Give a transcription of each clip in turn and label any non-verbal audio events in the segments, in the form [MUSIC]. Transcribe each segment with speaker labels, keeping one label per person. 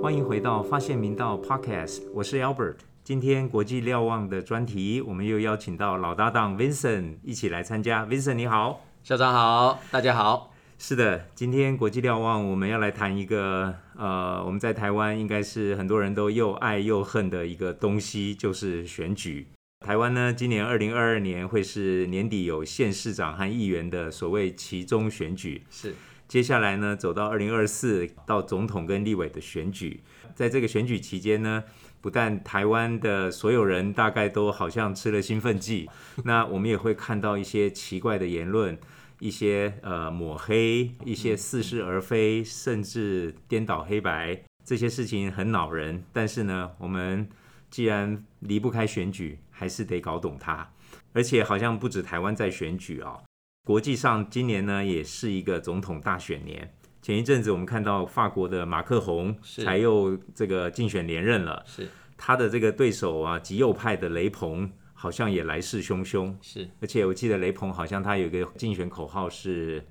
Speaker 1: 欢迎回到《发现明道》Podcast，我是 Albert。今天国际瞭望的专题，我们又邀请到老搭档 Vincent 一起来参加。Vincent 你好，
Speaker 2: 校长好，大家好。
Speaker 1: 是的，今天国际瞭望我们要来谈一个呃，我们在台湾应该是很多人都又爱又恨的一个东西，就是选举。台湾呢，今年二零二二年会是年底有县市长和议员的所谓其中选举，
Speaker 2: 是，
Speaker 1: 接下来呢，走到二零二四到总统跟立委的选举，在这个选举期间呢，不但台湾的所有人大概都好像吃了兴奋剂， [LAUGHS] 那我们也会看到一些奇怪的言论，一些呃抹黑，一些似是而非，甚至颠倒黑白，这些事情很恼人。但是呢，我们既然离不开选举，还是得搞懂它。而且好像不止台湾在选举哦，国际上今年呢也是一个总统大选年。前一阵子我们看到法国的马克宏
Speaker 2: 是
Speaker 1: 才又这个竞选连任了，
Speaker 2: 是
Speaker 1: 他的这个对手啊极右派的雷鹏好像也来势汹汹，
Speaker 2: 是
Speaker 1: 而且我记得雷鹏好像他有一个竞选口号是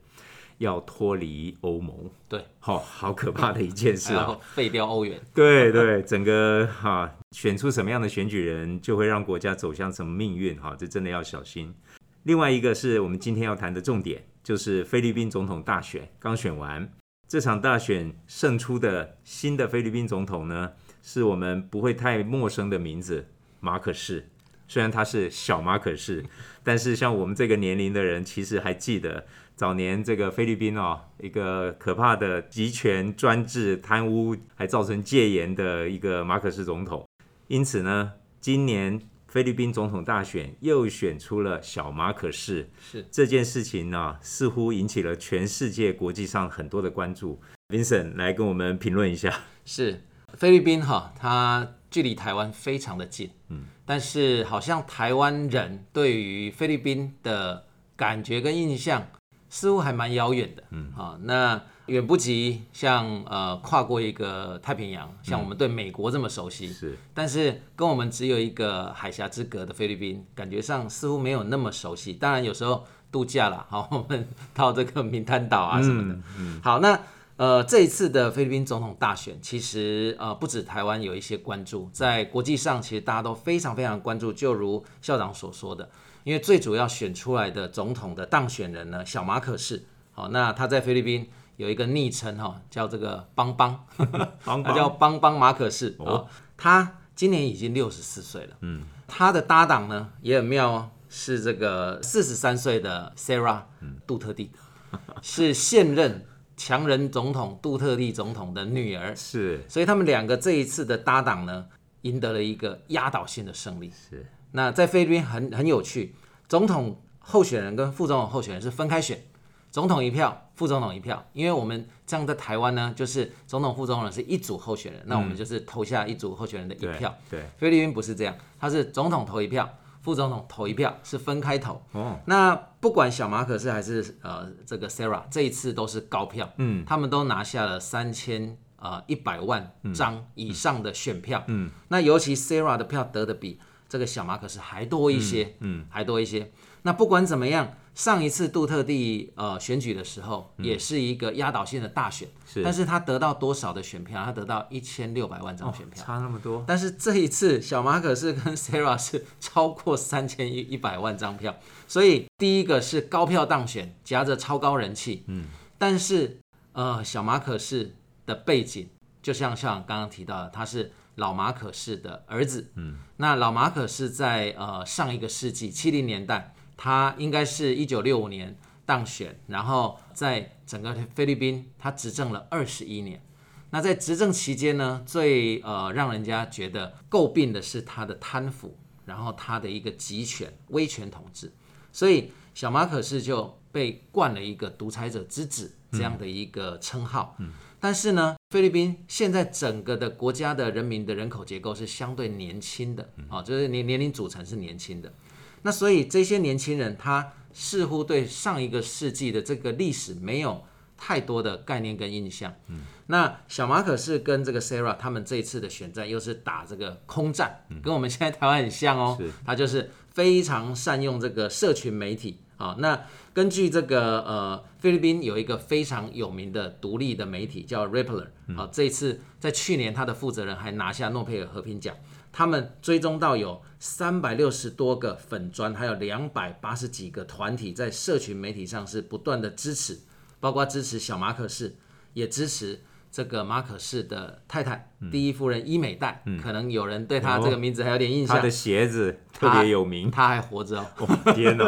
Speaker 1: 要脱离欧盟，
Speaker 2: 对，哎
Speaker 1: 哦，好可怕的一件事
Speaker 2: 然
Speaker 1: 啊！
Speaker 2: 后废掉欧 [LAUGHS] 元，
Speaker 1: 对对，整个哈、选出什么样的选举人，就会让国家走向什么命运哈、这真的要小心。另外一个是我们今天要谈的重点，就是菲律宾总统大选刚选完，这场大选胜出的新的菲律宾总统呢，是我们不会太陌生的名字马可仕。虽然他是小马可仕，但是像我们这个年龄的人，其实还记得早年这个菲律宾哦，一个可怕的集权专制、贪污，还造成戒严的一个马可斯总统。因此呢，今年菲律宾总统大选又选出了小马可仕，
Speaker 2: 是
Speaker 1: 这件事情呢、似乎引起了全世界国际上很多的关注。Vincent 来跟我们评论一下。
Speaker 2: 是菲律宾哈，它距离台湾非常的近，嗯，但是好像台湾人对于菲律宾的感觉跟印象似乎还蛮遥远的，嗯啊、那远不及像呃跨过一个太平洋，像我们对美国这么熟悉，
Speaker 1: 是
Speaker 2: 但是跟我们只有一个海峡之隔的菲律宾，感觉上似乎没有那么熟悉。当然有时候度假啦，好，我们 [LAUGHS] 到这个名滩岛啊什么的。好，那呃这一次的菲律宾总统大选，其实呃不止台湾有一些关注，在国际上其实大家都非常非常关注。就如校长所说的，因为最主要选出来的总统的当选人呢，小马可是好，那他在菲律宾有一个昵称哈，叫这个邦邦。
Speaker 1: 帮
Speaker 2: 他叫邦邦马可仕哦他今年已经六十四岁了。嗯，他的搭档呢也很妙哦，是这个四十三岁的 Sarah 杜特地，是现任强人总统杜特地总统的女儿。
Speaker 1: 是
Speaker 2: 所以他们两个这一次的搭档呢，赢得了一个压倒性的胜利。
Speaker 1: 是，
Speaker 2: 那在菲律宾很很有趣，总统候选人跟副总统候选人是分开选，总统一票，副总统一票。因为我们这样在台湾呢，就是总统、副总统是一组候选人，那我们就是投下一组候选人的
Speaker 1: 嗯对
Speaker 2: 一票。
Speaker 1: 对
Speaker 2: 菲律宾不是这样，它是总统投一票，副总统投一票，是分开投。
Speaker 1: 哦，
Speaker 2: 那不管小马可是还是呃这个 Sarah，这一次都是高票，嗯，他们都拿下了三千呃一百万张以上的选票，嗯，那尤其 Sarah 的票得的比这个小马可是还多一些，嗯，还多一些。那不管怎么样，上一次杜特地呃选举的时候，也是一个压倒性的大选，
Speaker 1: 是
Speaker 2: 但是他得到多少的选票？他得到一千六百万张选票。
Speaker 1: 差那么多，
Speaker 2: 但是这一次，小马可是跟 Sarah 是超过三千一一百万张票，所以第一个是高票当选，夹着超高人气。嗯，但是呃，小马可是的背景，就像校长刚刚提到的，他是老马可是的儿子。嗯，那老马可是在呃上一个世纪七零年代，他应该是一九六五年当选，然后在整个菲律宾他执政了二十一年。那在执政期间呢，最呃让人家觉得诟病的是他的贪腐，然后他的一个集权、威权统治，所以小马可是就被冠了一个独裁者之子这样的一个称号。嗯，但是呢，菲律宾现在整个的国家的人民的人口结构是相对年轻的，哦，就是年年龄组成是年轻的。那所以这些年轻人他似乎对上一个世纪的这个历史没有太多的概念跟印象。嗯，那小马可是跟这个 Sarah 他们这一次的选战又是打这个空战，跟我们现在台湾很像哦。
Speaker 1: 是，
Speaker 2: 他就是非常善用这个社群媒体啊、那根据这个呃，菲律宾有一个非常有名的独立的媒体叫 Rappler 啊、这一次在去年他的负责人还拿下诺贝尔和平奖。他们追踪到有三百六十多个粉砖，还有两百八十几个团体在社群媒体上是不断的支持，包括支持小马可士，也支持这个马可士的太太、第一夫人伊美黛。可能有人对她这个名字还有点印象，
Speaker 1: 他的鞋子特别有名。
Speaker 2: 她还活着哦。
Speaker 1: 哦、天
Speaker 2: [LAUGHS]
Speaker 1: 哪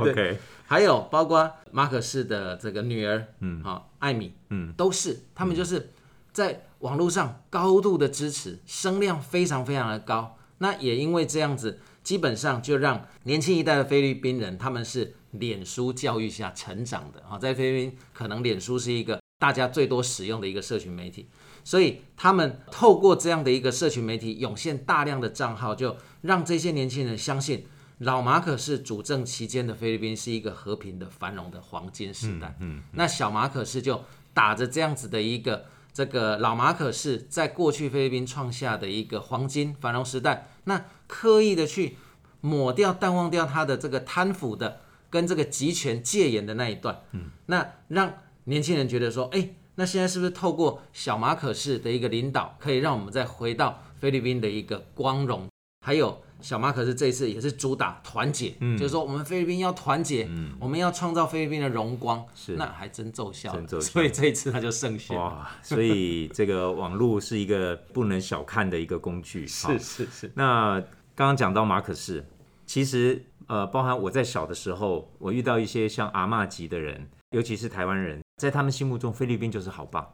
Speaker 1: ，OK，
Speaker 2: 还有包括马可仕的这个女儿，嗯，好、艾米，嗯，都是他们就是在网络上高度的支持，声量非常非常的高。那也因为这样子，基本上就让年轻一代的菲律宾人，他们是脸书教育下成长的啊、在菲律宾，可能脸书是一个大家最多使用的一个社群媒体，所以他们透过这样的一个社群媒体涌现大量的账号，就让这些年轻人相信老马可是主政期间的菲律宾是一个和平的、繁荣的黄金时代。嗯，那小马可是就打着这样子的一个这个老马可是在过去菲律宾创下的一个黄金繁荣时代，那刻意的去抹掉、淡忘掉他的这个贪腐的跟这个集权戒严的那一段，嗯，那让年轻人觉得说，哎、那现在是不是透过小马可士的一个领导，可以让我们再回到菲律宾的一个光荣？还有小马可是这一次也是主打团结，就是说我们菲律宾要团结，我们要创造菲律宾的荣光，
Speaker 1: 是
Speaker 2: 那还真奏效了，
Speaker 1: 真奏效
Speaker 2: 所以这一次他就胜选，
Speaker 1: 哇，所以这个网络是一个不能小看的一个工具。好
Speaker 2: 是是是，
Speaker 1: 那刚刚讲到马可仕，其实呃，包含我在小的时候，我遇到一些像阿嬷级的人，尤其是台湾人，在他们心目中菲律宾就是好棒。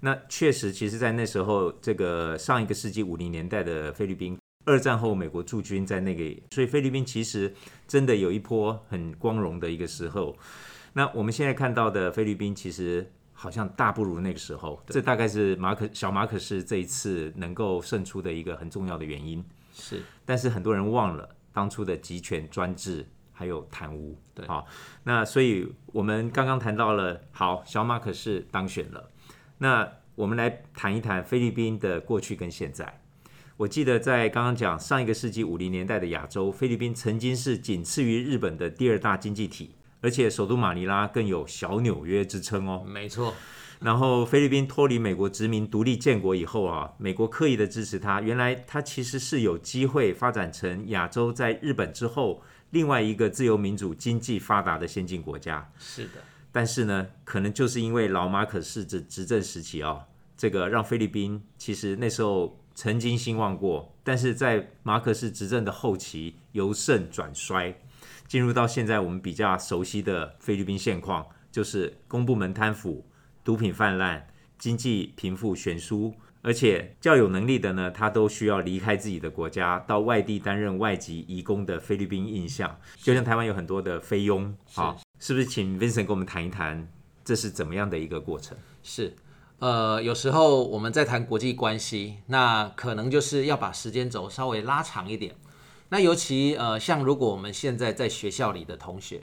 Speaker 1: 那确实，其实，在那时候，这个上一个世纪五零年代的菲律宾，二战后美国驻军在那个，所以菲律宾其实真的有一波很光荣的一个时候。那我们现在看到的菲律宾，其实好像大不如那个时候，这大概是马可小马可是这一次能够胜出的一个很重要的原因。
Speaker 2: 是
Speaker 1: 但是很多人忘了当初的集权专制还有贪污。
Speaker 2: 对
Speaker 1: 好、那所以我们刚刚谈到了，好，小马可是当选了。那我们来谈一谈菲律宾的过去跟现在。我记得在刚刚讲上一个世纪五零年代的亚洲，菲律宾曾经是仅次于日本的第二大经济体，而且首都马尼拉更有“小纽约”之称哦。
Speaker 2: 没错，
Speaker 1: 然后菲律宾脱离美国殖民独立建国以后啊，美国刻意的支持它，原来它其实是有机会发展成亚洲在日本之后另外一个自由民主、经济发达的先进国家。
Speaker 2: 是的，
Speaker 1: 但是呢，可能就是因为老马可是执执政时期哦，这个让菲律宾其实那时候曾经兴旺过，但是在马可是执政的后期由盛转衰，进入到现在我们比较熟悉的菲律宾现况，就是公部门贪腐、毒品泛滥、经济贫富悬殊。而且较有能力的呢，他都需要离开自己的国家，到外地担任外籍移工的菲律宾印象，就像台湾有很多的菲佣啊，是不是请 Vincent 跟我们谈一谈这是怎么样的一个过程？
Speaker 2: 是，呃，有时候我们在谈国际关系，那可能就是要把时间轴稍微拉长一点。那尤其呃，像如果我们现在在学校里的同学，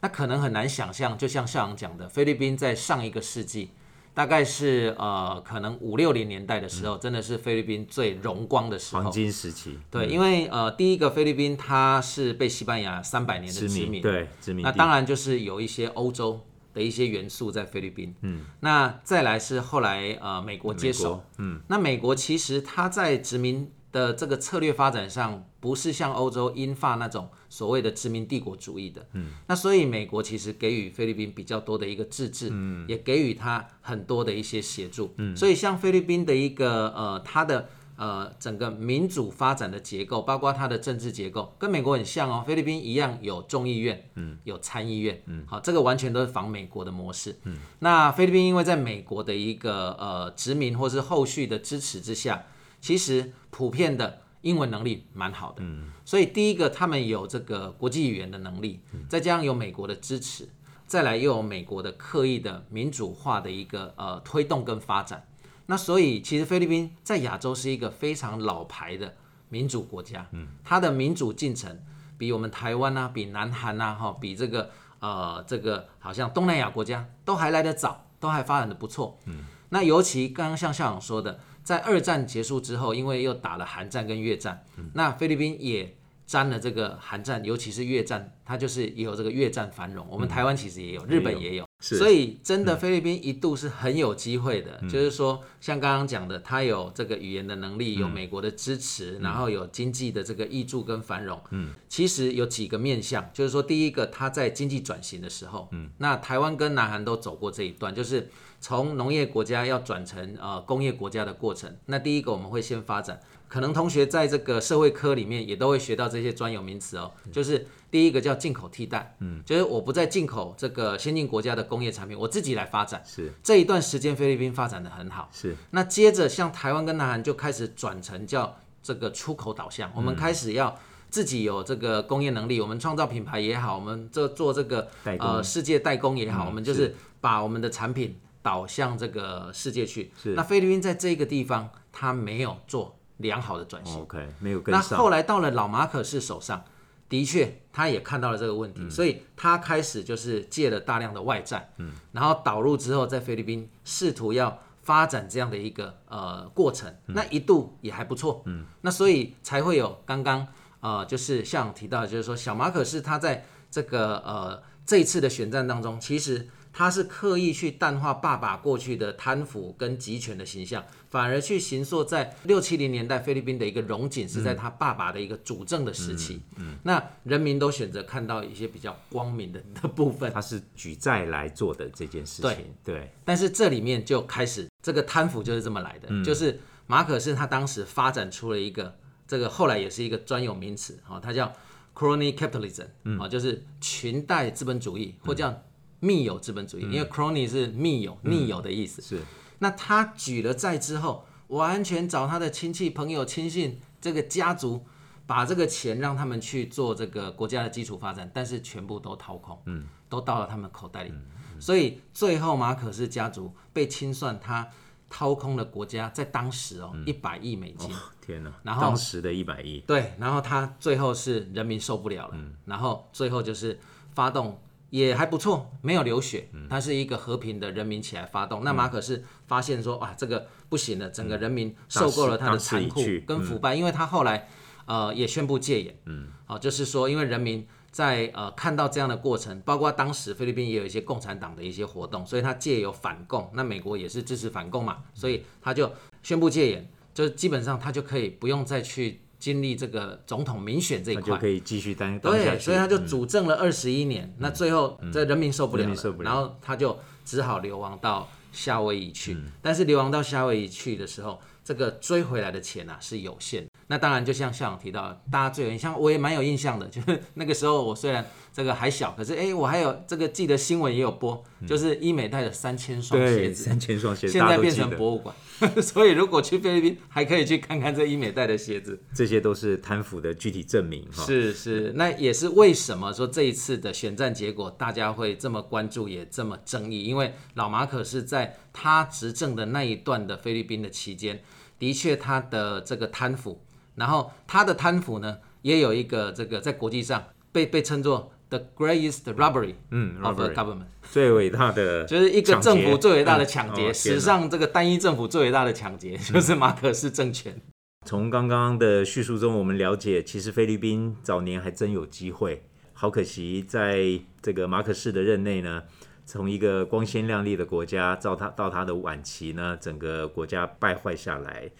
Speaker 2: 那可能很难想象，就像校长讲的，菲律宾在上一个世纪，大概是呃，可能五六零年代的时候，真的是菲律宾最荣光的时候
Speaker 1: 黄。金时期，
Speaker 2: 对，因为呃，第一个菲律宾它是被西班牙三百年的
Speaker 1: 殖
Speaker 2: 殖
Speaker 1: 民
Speaker 2: 民，
Speaker 1: 对殖民
Speaker 2: 那
Speaker 1: 地，
Speaker 2: 当然就是有一些欧洲的一些元素在菲律宾。嗯，那再来是后来呃美国接
Speaker 1: 美
Speaker 2: 手
Speaker 1: 国，
Speaker 2: 嗯，那美国其实它在殖民的这个策略发展上，不是像欧洲英法那种所谓的殖民帝国主义的。嗯，那所以美国其实给予菲律宾比较多的一个自治，嗯，也给予它很多的一些协助。嗯，所以像菲律宾的一个呃它的。呃，整个民主发展的结构，包括它的政治结构，跟美国很像哦。菲律宾一样有众议院，嗯，有参议院，嗯，好，这个完全都是仿美国的模式，嗯。那菲律宾因为在美国的一个呃殖民或是后续的支持之下，其实普遍的英文能力蛮好的，嗯。所以第一个，他们有这个国际语言的能力，再加上有美国的支持，再来又有美国的刻意的民主化的一个呃推动跟发展。那所以其实菲律宾在亚洲是一个非常老牌的民主国家，嗯，它的民主进程比我们台湾啊，比南韩啊，哈，比这个呃这个好像东南亚国家都还来得早，都还发展的不错。嗯，那尤其刚刚像校长说的，在二战结束之后，因为又打了韩战跟越战，那菲律宾也沾了这个韩战，尤其是越战，它就是也有这个越战繁荣。我们台湾其实也有，日本嗯也有，
Speaker 1: 是
Speaker 2: 所以真的菲律宾一度是很有机会的。就是说，像刚刚讲的，它有这个语言的能力，有美国的支持，然后有经济的这个益助跟繁荣。嗯，其实有几个面向，就是说，第一个，它在经济转型的时候，嗯，那台湾跟南韩都走过这一段，就是从农业国家要转成呃工业国家的过程。那第一个我们会先发展，可能同学在这个社会科里面也都会学到这些专有名词哦，
Speaker 1: 嗯
Speaker 2: 就是第一个叫进口替代，嗯，就是我不再进口这个先进国家的工业产品，我自己来发展。
Speaker 1: 是
Speaker 2: 这一段时间菲律宾发展的很好，
Speaker 1: 是
Speaker 2: 那接着像台湾跟南韩就开始转成叫这个出口导
Speaker 1: 嗯
Speaker 2: 向，我们开始要自己有这个工业能力，我们创造品牌也好，我们这做这个
Speaker 1: 代工
Speaker 2: 呃世界代工也好，
Speaker 1: 嗯
Speaker 2: 我们就是把我们的产品导向这个世界去。
Speaker 1: 是
Speaker 2: 那菲律宾在这个地方，它没有做良好的转型。
Speaker 1: OK，没有哦跟
Speaker 2: 那
Speaker 1: 上。
Speaker 2: 后来到了老马可士手上，的确他也看到了这个问
Speaker 1: 嗯
Speaker 2: 题，所以他开始就是借了大量的外债，嗯，然后导入之后，在菲律宾试图要发展这样的一个呃过程，
Speaker 1: 嗯
Speaker 2: 那一度也还不错，嗯，那所以才会有刚刚呃就是像提到的，就是说小马可士他在这个呃这一次的选战当中，其实。他是刻意去淡化爸爸过去的贪腐跟集权的形象，反而去行塑在六七零年代菲律宾的一个荣景，是在他爸爸的一个主政的时期。嗯，那人民都选择看到一些比较光明的 [LAUGHS] 的部分，
Speaker 1: 他是举债来做的这件事情，对，
Speaker 2: 但是这里面就开始这个贪腐就是这么来的，就是马可是他当时发展出了一个这个后来也是一个专有名词，哦，它叫 crony capitalism，、哦，就是裙带资本主义或叫密友资本主义，因为 crony 是密友、密友的意思。
Speaker 1: 是
Speaker 2: 那他举了债之后，完全找他的亲戚、朋友、亲信这个家族，把这个钱让他们去做这个国家的基础发展，但是全部都掏空，嗯，都到了他们口袋里。所以最后马可仕家族被清算，他掏空了国家，在当时哦一百亿美金。
Speaker 1: 天哪，
Speaker 2: 然后
Speaker 1: 当时的一百亿，
Speaker 2: 对，然后他最后是人民受不了了，然后最后就是发动也还不错，没有流血，它是一个和平的人民起来发动。那马可是发现说，哇，这个不行了，整个人民受够了他的
Speaker 1: 大势
Speaker 2: 残酷
Speaker 1: 已去
Speaker 2: 跟腐败，因为他后来呃也宣布戒严，嗯，好、就是说因为人民。在呃看到这样的过程，包括当时菲律宾也有一些共产党的一些活动，所以他借由反共，那美国也是支持反共嘛，所以他就宣布戒严，就是基本上他就可以不用再去经历这个总统民选这一
Speaker 1: 那就
Speaker 2: 块。
Speaker 1: 可以继续担当下
Speaker 2: 对，
Speaker 1: 去。嗯
Speaker 2: 所以他就主政了二十一年，那最后这人民受不了
Speaker 1: 人
Speaker 2: 了，
Speaker 1: 民受不了
Speaker 2: 然后他就只好流亡到夏威夷去。
Speaker 1: 嗯
Speaker 2: 但是流亡到夏威夷去的时候，这个追回来的钱啊是有限的。那当然，就像校长提到，大家最有印象，我也蛮有印象的， [LAUGHS] 就是那个时候我虽然这个还小，可是哎，我还有这个记得新闻也有播，就是医美带的三千双鞋
Speaker 1: 嗯对
Speaker 2: 子，
Speaker 1: 三千双鞋，
Speaker 2: 现
Speaker 1: 大家
Speaker 2: 在
Speaker 1: 都
Speaker 2: 变
Speaker 1: 记
Speaker 2: 成
Speaker 1: 得
Speaker 2: 博物馆， [LAUGHS] 所以如果去菲律宾，还可以去看看这医美带的鞋子。
Speaker 1: 这些都是贪腐的具体证明哈。
Speaker 2: 是是，那也是为什么说这一次的选战结果大家会这么关注，也这么争议，因为老马可是在他执政的那一段的菲律宾的期间，的确他的这个贪腐，然后他的贪腐呢，也有一个这个在国际上被被称作 the greatest robbery
Speaker 1: 嗯
Speaker 2: of the
Speaker 1: robbery
Speaker 2: government。
Speaker 1: 最伟大的
Speaker 2: 就是一个
Speaker 1: 抢劫
Speaker 2: 政府最伟大的抢
Speaker 1: 嗯
Speaker 2: 劫，
Speaker 1: 哦天
Speaker 2: 史
Speaker 1: 哪
Speaker 2: 上这个单一政府最伟大的抢劫就是马可斯政权。
Speaker 1: 从刚刚的叙述中，我们了解，其实菲律宾早年还真有机会，好可惜，在这个马可仕的任内呢，从一个光鲜亮丽的国家，到他到他的晚期呢，整个国家败坏下来，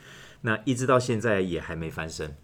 Speaker 1: 那一直到现在也还没翻身。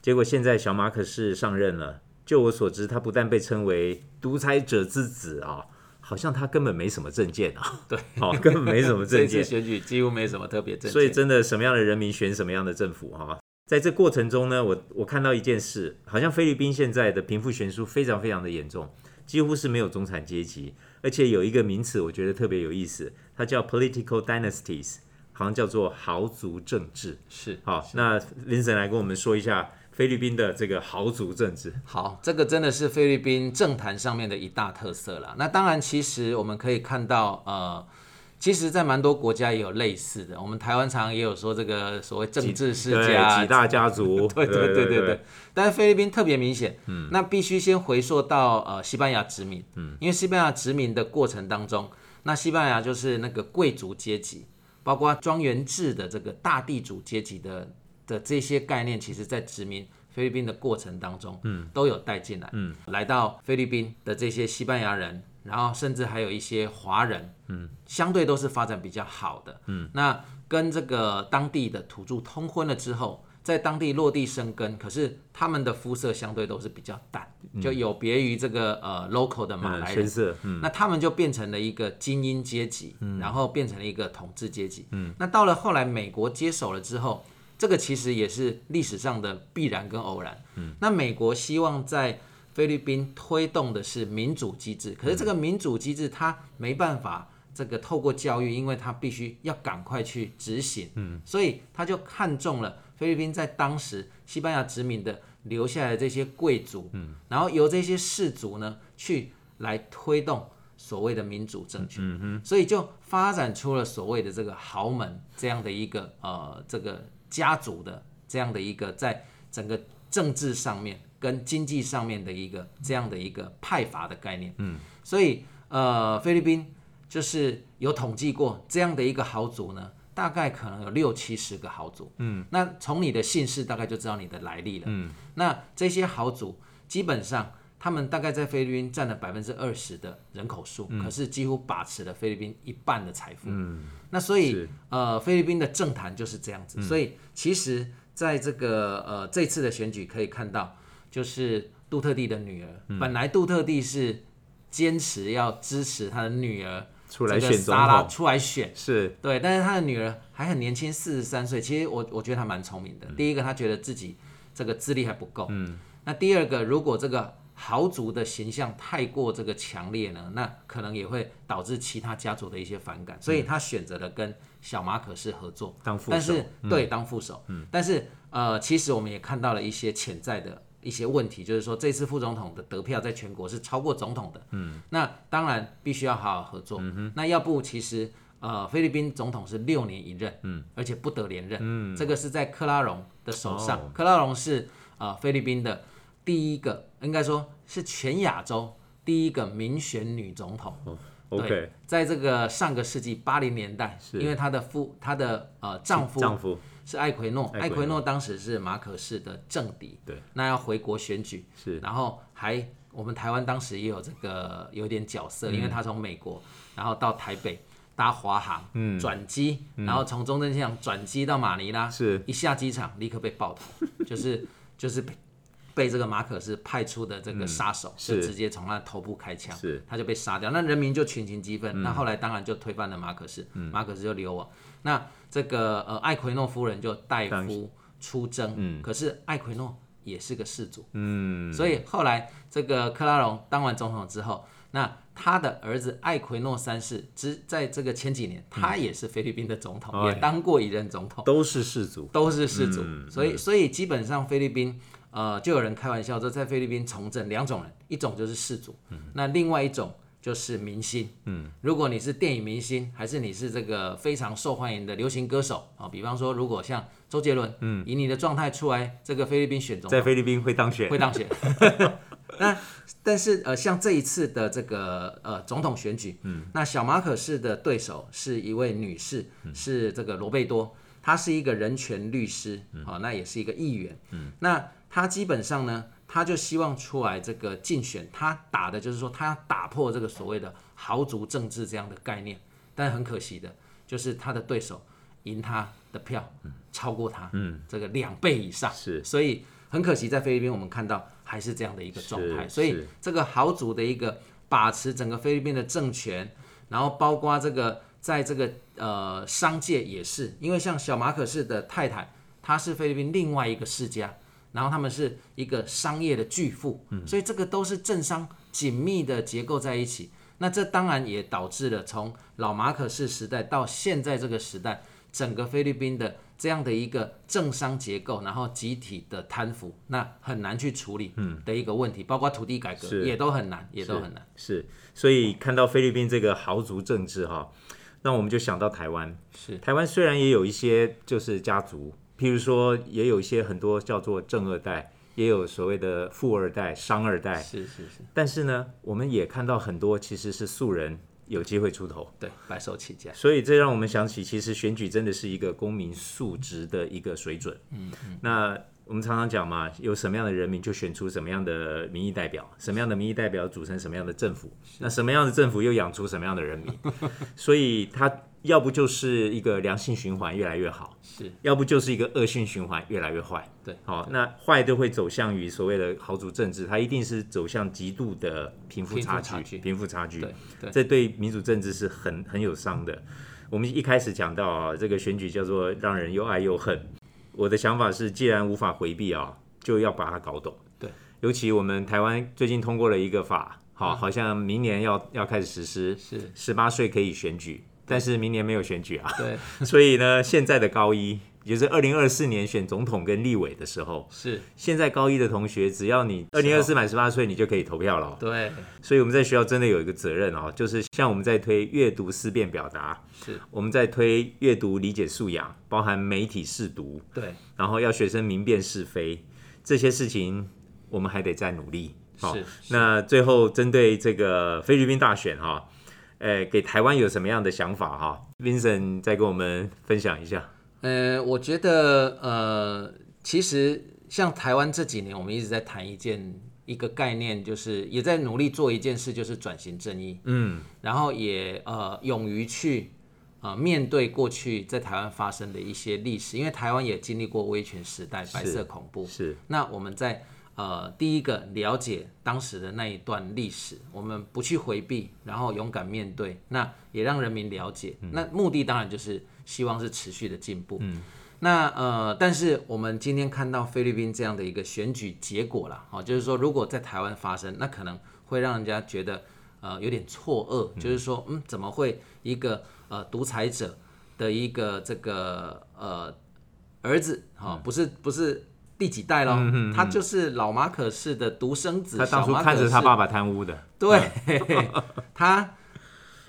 Speaker 1: 结果现在小马可仕上任了，就我所知，他不但被称为独裁者之子啊、好像他根本没什么政见啊，对，哦，根本没什么
Speaker 2: [LAUGHS] 这
Speaker 1: 政见
Speaker 2: 次。选举几乎没什么特别政见，
Speaker 1: 所以真的什么样的人民选什么样的政府哈、在这过程中呢，我我看到一件事，好像菲律宾现在的贫富悬殊非常非常的严重，几乎是没有中产阶级，而且有一个名词我觉得特别有意思，它叫 political dynasties，好像叫做豪族政治。
Speaker 2: 是
Speaker 1: 好，那林森来跟我们说一下菲律宾的这个豪族政治。
Speaker 2: 好，这个真的是菲律宾政坛上面的一大特色啦。那当然，其实我们可以看到，呃，其实，在蛮多国家也有类似的。我们台湾常常也有说这个所谓政治世
Speaker 1: 对
Speaker 2: 家、
Speaker 1: 几大家族，
Speaker 2: [LAUGHS] 对对对对
Speaker 1: 啊
Speaker 2: 对，但是菲律宾特别明显，嗯，那必须先回溯到呃西班牙殖民，嗯，因为西班牙殖民的过程当中，那西班牙就是那个贵族阶级，包括庄园制的这个大地主阶级的的这些概念，其实在殖民菲律宾的过程当中，嗯，都有带进来，嗯，来到菲律宾的这些西班牙人，然后甚至还有一些华人，嗯，相对都是发展比较好的，嗯，那跟这个当地的土著通婚了之后。在当地落地生根，可是他们的肤色相对都是比较淡，就有别于这个嗯呃 local 的马
Speaker 1: 嗯，
Speaker 2: 来人
Speaker 1: 深，色，嗯
Speaker 2: 那他们就变成了一个精英阶级，然后变成了一个统治阶级。嗯，那到了后来美国接手了之后，这个其实也是历史上的必然跟偶然。嗯，那美国希望在菲律宾推动的是民主机制，可是这个民主机制它没办法。这个透过教育，因为它必须要赶快去执行，嗯，所以他就看中了菲律宾在当时西班牙殖民的留下来的这些贵族，嗯，然后由这些士族呢去来推动所谓的民主政权，嗯所以就发展出了所谓的这个豪门这样的一个呃这个家族的这样的一个在整个政治上面跟经济上面的一个这样的一个派阀的概念，嗯，所以呃菲律宾就是有统计过这样的一个豪族呢。大概可能有六七十个豪族，嗯，那从你的姓氏大概就知道你的来历了，嗯，那这些豪族基本上他们大概在菲律宾占了百分之二十的人口数，
Speaker 1: 嗯
Speaker 2: 可是几乎把持了菲律宾一半的财富。嗯，那所以
Speaker 1: 是嗯
Speaker 2: 呃，菲律宾的政坛就是这样子。所以其实在这个呃这次的选举可以看到，就是杜特地的女儿，
Speaker 1: 嗯
Speaker 2: 本来杜特地是坚持要支持他的女儿
Speaker 1: 出来
Speaker 2: 这
Speaker 1: 选
Speaker 2: 个
Speaker 1: 总
Speaker 2: 莎拉
Speaker 1: 统
Speaker 2: 出来选，
Speaker 1: 是
Speaker 2: 对，但是他的女儿还很年轻，四十三岁。其实我我觉得她蛮聪明的。第一个，她觉得自己这个资历还不够。嗯。那第二个，如果这个豪族的形象太过这个强烈呢，那可能也会导致其他家族的一些反感。所以她选择了跟小马可仕合作，
Speaker 1: 当副
Speaker 2: 但
Speaker 1: 手
Speaker 2: 是、对当副手。嗯。但是呃，其实我们也看到了一些潜在的。一些问题就是说，这次副总统的得票在全国是超过总统的，嗯，那当然必须要好好合作，嗯、那要不其实呃，菲律宾总统是六年一任，嗯，而且不得连任，嗯，哦这个是在克拉隆的手上。克拉隆是呃菲律宾的第一个，应该说是全亚洲第一个民选女总统。对
Speaker 1: 哦 OK，，
Speaker 2: 在这个上个世纪八零年代，
Speaker 1: 是
Speaker 2: 因为她的夫，她的呃丈夫
Speaker 1: 丈夫
Speaker 2: 是艾奎诺，
Speaker 1: 艾奎诺
Speaker 2: 艾奎诺当时是马可仕的政敌，
Speaker 1: 对，
Speaker 2: 那要回国选举，
Speaker 1: 是
Speaker 2: 然后还我们台湾当时也有这个有点角色，
Speaker 1: 嗯
Speaker 2: 因为他从美国，然后到台北搭华航，嗯，转机，然后从中正机场转机到马尼拉，
Speaker 1: 是
Speaker 2: 一下机场立刻被爆头，就是就是被被这个马可仕派出的这个杀手，
Speaker 1: 嗯是
Speaker 2: 就直接从他的头部开枪，
Speaker 1: 是嗯
Speaker 2: 他就被杀掉。那人民就群情激愤，那后来当然就推翻了马可仕，马可仕就流亡。那这个呃艾奎诺夫人就代
Speaker 1: 当
Speaker 2: 夫出征，可是艾奎诺也是个士族，
Speaker 1: 嗯，
Speaker 2: 所以后来这个克拉隆当完总统之后，那他的儿子艾奎诺三世之在这个前几年，他也是菲律宾的总统，
Speaker 1: 嗯哎
Speaker 2: 也当过一任总统。
Speaker 1: 都是氏族，
Speaker 2: 都是氏族，所以所以基本上菲律宾，呃，就有人开玩笑说，在菲律宾从政两种人，一种就是氏族，那另外一种就是明星。嗯，如果你是电影明星，还是你是这个非常受欢迎的流行歌手啊、比方说如果像周杰伦，嗯，以你的状态出来，这个菲律宾选总统
Speaker 1: 在菲律宾会当选
Speaker 2: 会，当选。 [LAUGHS] 那但是呃，像这一次的这个呃总统选举，嗯，那小马可仕的对手是一位女士，是这个罗贝多，她是一个人权律师，好、那也是一个议员，嗯，那她基本上呢，她就希望出来这个竞选，她打的就是说，她要打破这个所谓的豪族政治这样的概念，但很可惜的，就是她的对手赢她的票，超过她，嗯，这个两倍以上，
Speaker 1: 是
Speaker 2: 所以很可惜，在菲律宾我们看到还是这样的一个状态，
Speaker 1: 是
Speaker 2: 所以
Speaker 1: 是
Speaker 2: 这个豪族的一个把持整个菲律宾的政权，然后包括这个在这个呃商界也是，因为像小马可仕的太太，她是菲律宾另外一个世家，然后他们是一个商业的巨富，所以这个都是政商紧密的结构在一起。那这当然也导致了从老马可仕时代到现在这个时代，整个菲律宾的这样的一个政商结构，然后集体的贪腐，那很难去处理的一个问题，包括土地改革
Speaker 1: 是
Speaker 2: 也都很难，也都
Speaker 1: 是
Speaker 2: 很难。
Speaker 1: 是，所以看到菲律宾这个豪族政治哈，那我们就想到台湾。
Speaker 2: 是
Speaker 1: 台湾虽然也有一些就是家族，譬如说也有一些很多叫做正二代，也有所谓的富二代、商二代，
Speaker 2: 是是是，
Speaker 1: 但是呢，我们也看到很多其实是素人有机会出头。
Speaker 2: 对，白手起家。
Speaker 1: 所以这让我们想起，其实选举真的是一个公民素质的一个水准。嗯，那我们常常讲嘛，有什么样的人民就选出什么样的民意代表，什么样的民意代表组成什么样的政府，那什么样的政府又养出什么样的
Speaker 2: [LAUGHS]
Speaker 1: 人民，所以他要不就是一个良性循环越来越好，
Speaker 2: 是
Speaker 1: 要不就是一个恶性循环越来越坏。
Speaker 2: 对，
Speaker 1: 好、那坏都会走向于所谓的豪族政治，它一定是走向极度的贫富
Speaker 2: 贫富
Speaker 1: 差
Speaker 2: 差距
Speaker 1: 贫富差距。
Speaker 2: 对对
Speaker 1: 这对民主政治是很很有伤的。我们一开始讲到啊，这个选举叫做让人又爱又恨。我的想法是，既然无法回避啊，就要把它搞懂。
Speaker 2: 对，
Speaker 1: 尤其我们台湾最近通过了一个法，好，好像明年要要开始实施，
Speaker 2: 是，
Speaker 1: 十八岁可以选举，但是明年没有选举啊。 [LAUGHS]
Speaker 2: 对，
Speaker 1: 所以呢，现在的高一，也就是二零二四年选总统跟立委的时候，
Speaker 2: 是，
Speaker 1: 现在高一的同学，只要你二零二四满十八岁，你就可以投票了哦。
Speaker 2: 对，
Speaker 1: 所以我们在学校真的有一个责任哦，就是像我们在推阅读思辨表达，
Speaker 2: 是，
Speaker 1: 我们在推阅读理解素养，包含媒体试读，
Speaker 2: 对，
Speaker 1: 然后要学生明辨是非，这些事情我们还得再努力。好
Speaker 2: 是，
Speaker 1: 那最后针对这个菲律宾大选哈、呃，给台湾有什么样的想法哈、v i n c e n t 再跟我们分享一下。
Speaker 2: 呃，我觉得呃，其实像台湾这几年，我们一直在谈一件一个概念，就是也在努力做一件事，就是转型正义。
Speaker 1: 嗯，
Speaker 2: 然后也呃勇于去呃面对过去在台湾发生的一些历史，因为台湾也经历过威权时代、白色恐怖。
Speaker 1: 是
Speaker 2: 那我们在呃第一个了解当时的那一段历史，我们不去回避，然后勇敢面对，那也让人民了解。那目的当然就是希望是持续的进步。嗯。那呃，但是我们今天看到菲律宾这样的一个选举结果啦，哦，就是说如果在台湾发生，那可能会让人家觉得呃有点错愕，就是说嗯，怎么会一个呃独裁者的一个这个呃儿子
Speaker 1: 嗯
Speaker 2: 哈、哦不是不是第几代咯，他就是老马可仕的独生子，
Speaker 1: 他当初
Speaker 2: 小马可
Speaker 1: 看着他
Speaker 2: 仕
Speaker 1: 爸爸贪污的，
Speaker 2: 对，
Speaker 1: 嗯
Speaker 2: [LAUGHS] 他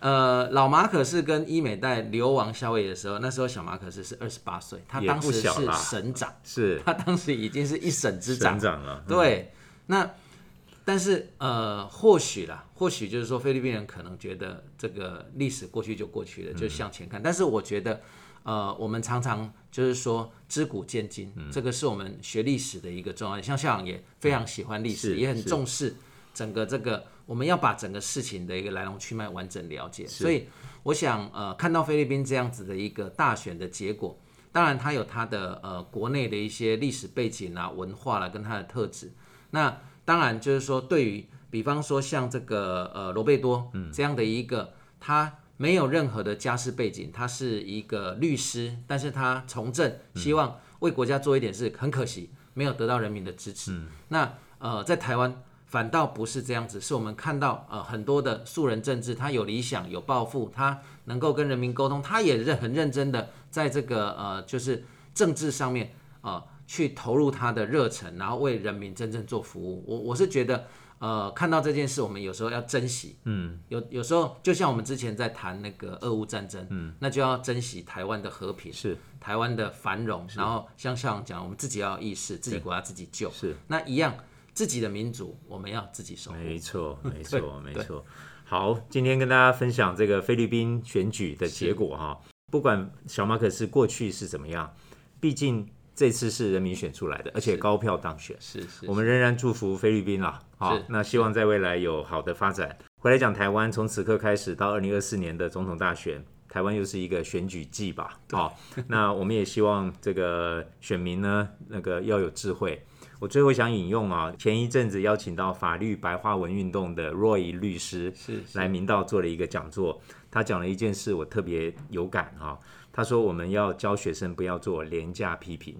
Speaker 2: 呃，老马可是跟伊美代流亡夏威夷的时候，那时候小马可是是二十八岁，他
Speaker 1: 也
Speaker 2: 当
Speaker 1: 不
Speaker 2: 时是
Speaker 1: 小啦
Speaker 2: 省长，
Speaker 1: 是
Speaker 2: 他当时已经是一省之长
Speaker 1: 省，长啊了。
Speaker 2: 对，那但是呃，或许啦，或许就是说菲律宾人可能觉得这个历史过去就过去了，
Speaker 1: 嗯
Speaker 2: 就向前看。但是我觉得，呃，我们常常就是说知古见今，
Speaker 1: 嗯
Speaker 2: 这个是我们学历史的一个重要。像校长也非常喜欢历史，
Speaker 1: 是
Speaker 2: 也很
Speaker 1: 是
Speaker 2: 重视整个这个，我们要把整个事情的一个来龙去脉完整了解。所以我想，呃，看到菲律宾这样子的一个大选的结果。当然，它有它的呃国内的一些历史背景啊、文化啦、跟它的特质。那当然就是说，对于比方说像这个呃罗贝多这样的一个，他没有任何的家世背景，他是一个律师，但是他从政，希望为国家做一点事，很可惜没有得到人民的支持。那呃，在台湾反倒不是这样子，是我们看到呃很多的素人政治，他有理想、有抱负，他能够跟人民沟通，他也认很认真的在这个呃就是政治上面呃去投入他的热忱，然后为人民真正做服务。我我是觉得呃看到这件事，我们有时候要珍惜，嗯，有有时候就像我们之前在谈那个俄乌战争，嗯，那就要珍惜台湾的和平，
Speaker 1: 是
Speaker 2: 台湾的繁荣，然后像校长讲，我们自己要有意识，自己国家自己救，
Speaker 1: 是哎
Speaker 2: 那一样。自己的民主，我们要自己守护。
Speaker 1: 没错，没错，没错。好，今天跟大家分享这个菲律宾选举的结果哈，不管小马可是过去是怎么样，毕竟这次是人民选出来的，而且高票当选。
Speaker 2: 是是
Speaker 1: 我们仍然祝福菲律宾啦，好
Speaker 2: 是，
Speaker 1: 那希望在未来有好的发展。回来讲台湾，从此刻开始到二零二四年的总统大选，台湾又是一个选举季吧？好，那我们也希望这个选民呢，那个要有智慧。我最后想引用啊，前一阵子邀请到法律白话文运动的若仪律师
Speaker 2: 是是
Speaker 1: 来明道做了一个讲座，他讲了一件事，我特别有感啊。他说我们要教学生不要做廉价批评。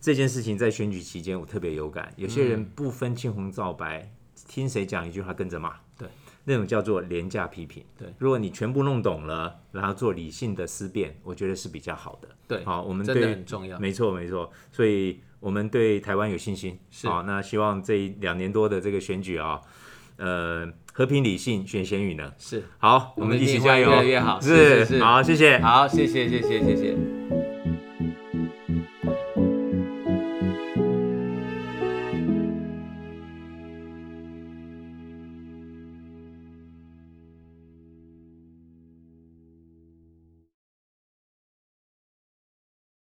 Speaker 1: 这件事情在选举期间我特别有感，有些人不分青红皂白，听谁讲一句话跟着骂，
Speaker 2: 对，
Speaker 1: 那种叫做廉价批评。
Speaker 2: 对，
Speaker 1: 如果你全部弄懂了，然后做理性的思辨，我觉得是比较好的。
Speaker 2: 对
Speaker 1: 好，我们
Speaker 2: 真的
Speaker 1: 对
Speaker 2: 很重要。
Speaker 1: 没错，没错。所以我们对台湾有信心。
Speaker 2: 是
Speaker 1: 好，那希望这两年多的这个选举啊，呃，和平理性，选贤与能。
Speaker 2: 是，
Speaker 1: 好，我
Speaker 2: 我
Speaker 1: 们
Speaker 2: 们
Speaker 1: 一
Speaker 2: 一
Speaker 1: 起
Speaker 2: 定
Speaker 1: 加
Speaker 2: 会
Speaker 1: 油，
Speaker 2: 越来越好是是是
Speaker 1: 好，谢谢。
Speaker 2: 好，谢谢，谢谢，谢谢。